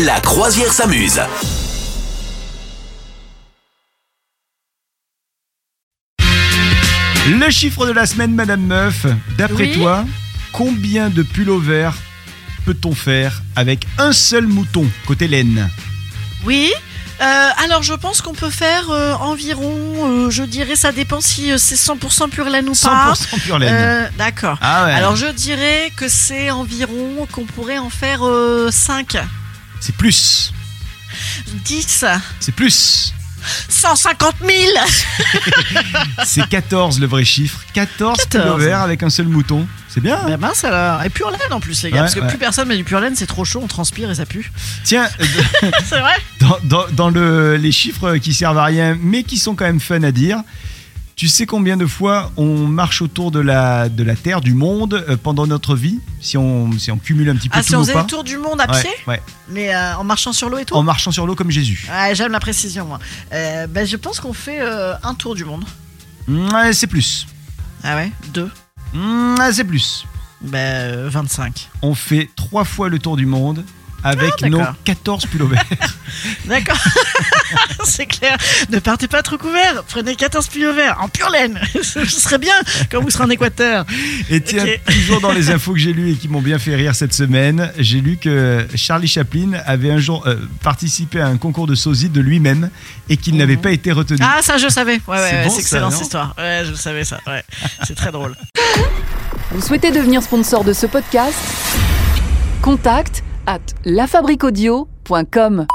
La croisière s'amuse. Le chiffre de la semaine, Madame Meuf, d'après Oui. toi, combien de pullovers peut-on faire avec un seul mouton côté laine Oui. Euh, alors, je pense qu'on peut faire euh, environ, euh, je dirais, ça dépend si euh, c'est 100% pure laine ou pas. 100% pure laine. Euh, D'accord. ah ouais, Alors, je dirais que c'est environ qu'on pourrait en faire euh, 5, c'est plus, 10, c'est plus. 150 000. C'est 14 le vrai chiffre. 14, 14. pullovers avec un seul mouton. C'est bien. hein Ben mince alors. Et pure laine en plus, les gars. Ouais, parce que ouais. plus personne met du pure laine, c'est trop chaud, on transpire et ça pue. Tiens, euh, c'est vrai dans, dans- dans le, les chiffres qui servent à rien, mais qui sont quand même fun à dire. Tu sais combien de fois on marche autour de la, de la Terre, du monde, euh, pendant notre vie, si on, si on cumule un petit peu Ah, tout si on ou faisait pas le tour du monde à Ouais, pied, ouais. mais euh, en marchant sur l'eau et tout. En marchant sur l'eau comme Jésus. Ouais, J'aime la précision, moi. Euh, ben, je pense qu'on fait euh, un tour du monde. Ouais, Mmh, c'est plus. Ah ouais Deux Ouais, c'est plus. Ben, euh, 25. On fait trois fois le tour du monde avec Ah, nos d'accord. 14 pullovers. D'accord. c'est clair. Ne partez pas trop couvert. Prenez 14 pullovers en pure laine. Ce serait bien quand vous serez en Équateur. Et tiens, Ok. toujours dans les infos que j'ai lues et qui m'ont bien fait rire cette semaine, j'ai lu que Charlie Chaplin avait un jour euh, participé à un concours de sosie de lui-même et qu'il n'avait pas été retenu. Ah, ça, je savais. Ouais, ouais, C'est ouais, bon, c'est ça, excellent non cette histoire. Ouais, je le savais, ça. Ouais. C'est très drôle. Vous souhaitez devenir sponsor de ce podcast Contact à lafabriquaudio.com.